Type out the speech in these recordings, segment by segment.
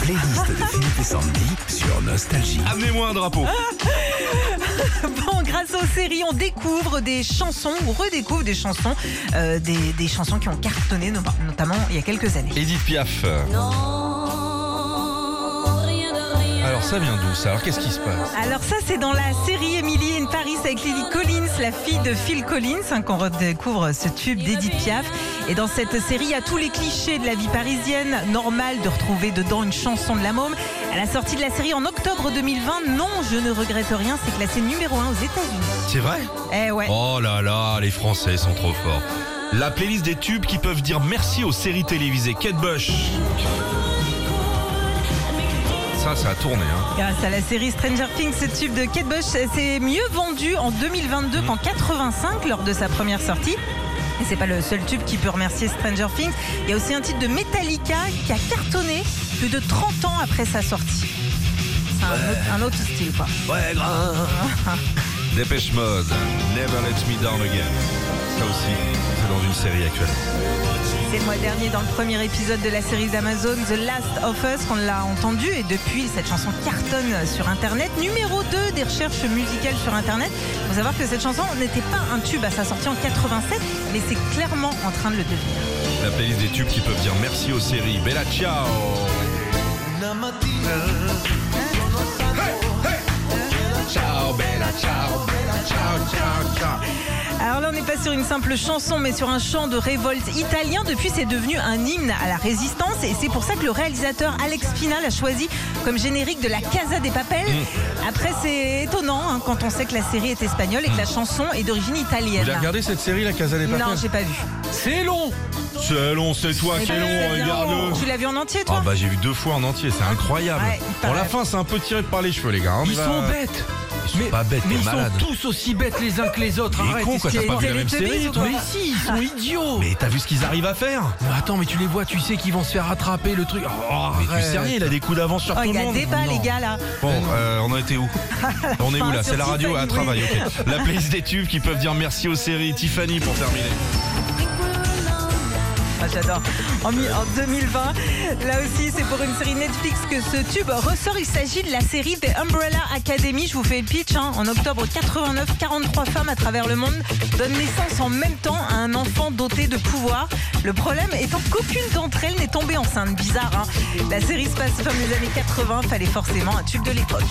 playlist de Philippe et Sandy sur Nostalgie. Amenez-moi un drapeau. Bon, grâce aux séries, on découvre des chansons, ou redécouvre des chansons, euh, des, des chansons qui ont cartonné, no- notamment il y a quelques années. Edith Piaf. Alors ça vient d'où ça Alors qu'est-ce qui se passe Alors ça, c'est dans la série Emily in Paris avec Lily Collins, la fille de Phil Collins, hein, qu'on redécouvre ce tube d'Edith Piaf. Et dans cette série, il y a tous les clichés de la vie parisienne. Normal de retrouver dedans une chanson de la môme. À la sortie de la série en octobre 2020, non, je ne regrette rien, c'est classé numéro 1 aux États-Unis. C'est vrai Eh ouais. Oh là là, les Français sont trop forts. La playlist des tubes qui peuvent dire merci aux séries télévisées. Kate Bush. Ça, ça a tourné. Hein. Grâce à la série Stranger Things, ce tube de Kate Bush s'est mieux vendu en 2022 qu'en 85 lors de sa première sortie. Et c'est pas le seul tube qui peut remercier Stranger Things. Il y a aussi un titre de Metallica qui a cartonné plus de 30 ans après sa sortie. C'est un, autre, un autre style, quoi. Ouais, grave. Dépêche Mode. Never Let Me Down Again. Ça aussi, c'est dans une série actuelle. C'est le mois dernier, dans le premier épisode de la série d'Amazon, The Last of Us, qu'on l'a entendu. Et depuis, cette chanson cartonne sur Internet. Numéro 2 des recherches musicales sur Internet. Il faut savoir que cette chanson n'était pas un tube à sa sortie en 87, mais c'est clairement en train de le devenir. La playlist des tubes qui peuvent dire merci aux séries. Bella ciao Ciao Bella ciao Bella ciao ciao ciao Alors là, on n'est pas sur une simple chanson, mais sur un chant de révolte italien. Depuis, c'est devenu un hymne à la résistance. Et c'est pour ça que le réalisateur Alex Pina l'a choisi comme générique de la Casa des Papels. Mm. Après, c'est étonnant hein, quand on sait que la série est espagnole et que la chanson est d'origine italienne. Mm. Vous avez regardé cette série La Casa des Papel Non, j'ai pas vu. C'est long C'est long, c'est toi qui Eh est ben, long, c'est regarde-le long. Tu l'as vu en entier, Ah toi bah j'ai vu deux fois en entier, c'est incroyable Ouais, il Pour la paraît. fin, c'est un peu tiré par les cheveux les gars. On y Ils va. sont bêtes. Ils sont pas bêtes, mais t'es ils malade. sont tous aussi bêtes les uns que les autres. Il est Arrête, con, quoi, qu'est-ce t'as pas qu'il y vu a la même Teletubbies série ou toi quoi Mais si, ils sont idiots. Mais t'as vu ce qu'ils arrivent à faire Mais attends, mais tu les vois, tu sais qu'ils vont se faire rattraper le truc. Oh, Mais tu es arrête. sérieux, il a des coups d'avance sur Oh, tout il y le a monde des pas, les gars, là. Bon, euh, on en était où On est où là Enfin, C'est la sur radio à Tiffany, travail. ok. La playlist des tubes qui peuvent dire merci aux séries. Tiffany pour terminer. Ah, J'adore. En, mi- en 2020, là aussi, c'est pour une série Netflix que ce tube ressort. Il s'agit de la série The Umbrella Academy. Je vous fais le pitch. hein. En octobre 89, 43 femmes à travers le monde donnent naissance en même temps à un enfant doté de pouvoir. Le problème étant qu'aucune d'entre elles n'est tombée enceinte. Bizarre, hein La série se passe comme les années 80. Fallait forcément un tube de l'époque.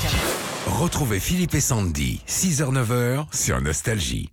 Retrouvez Philippe et Sandy, 6h-9h sur Nostalgie.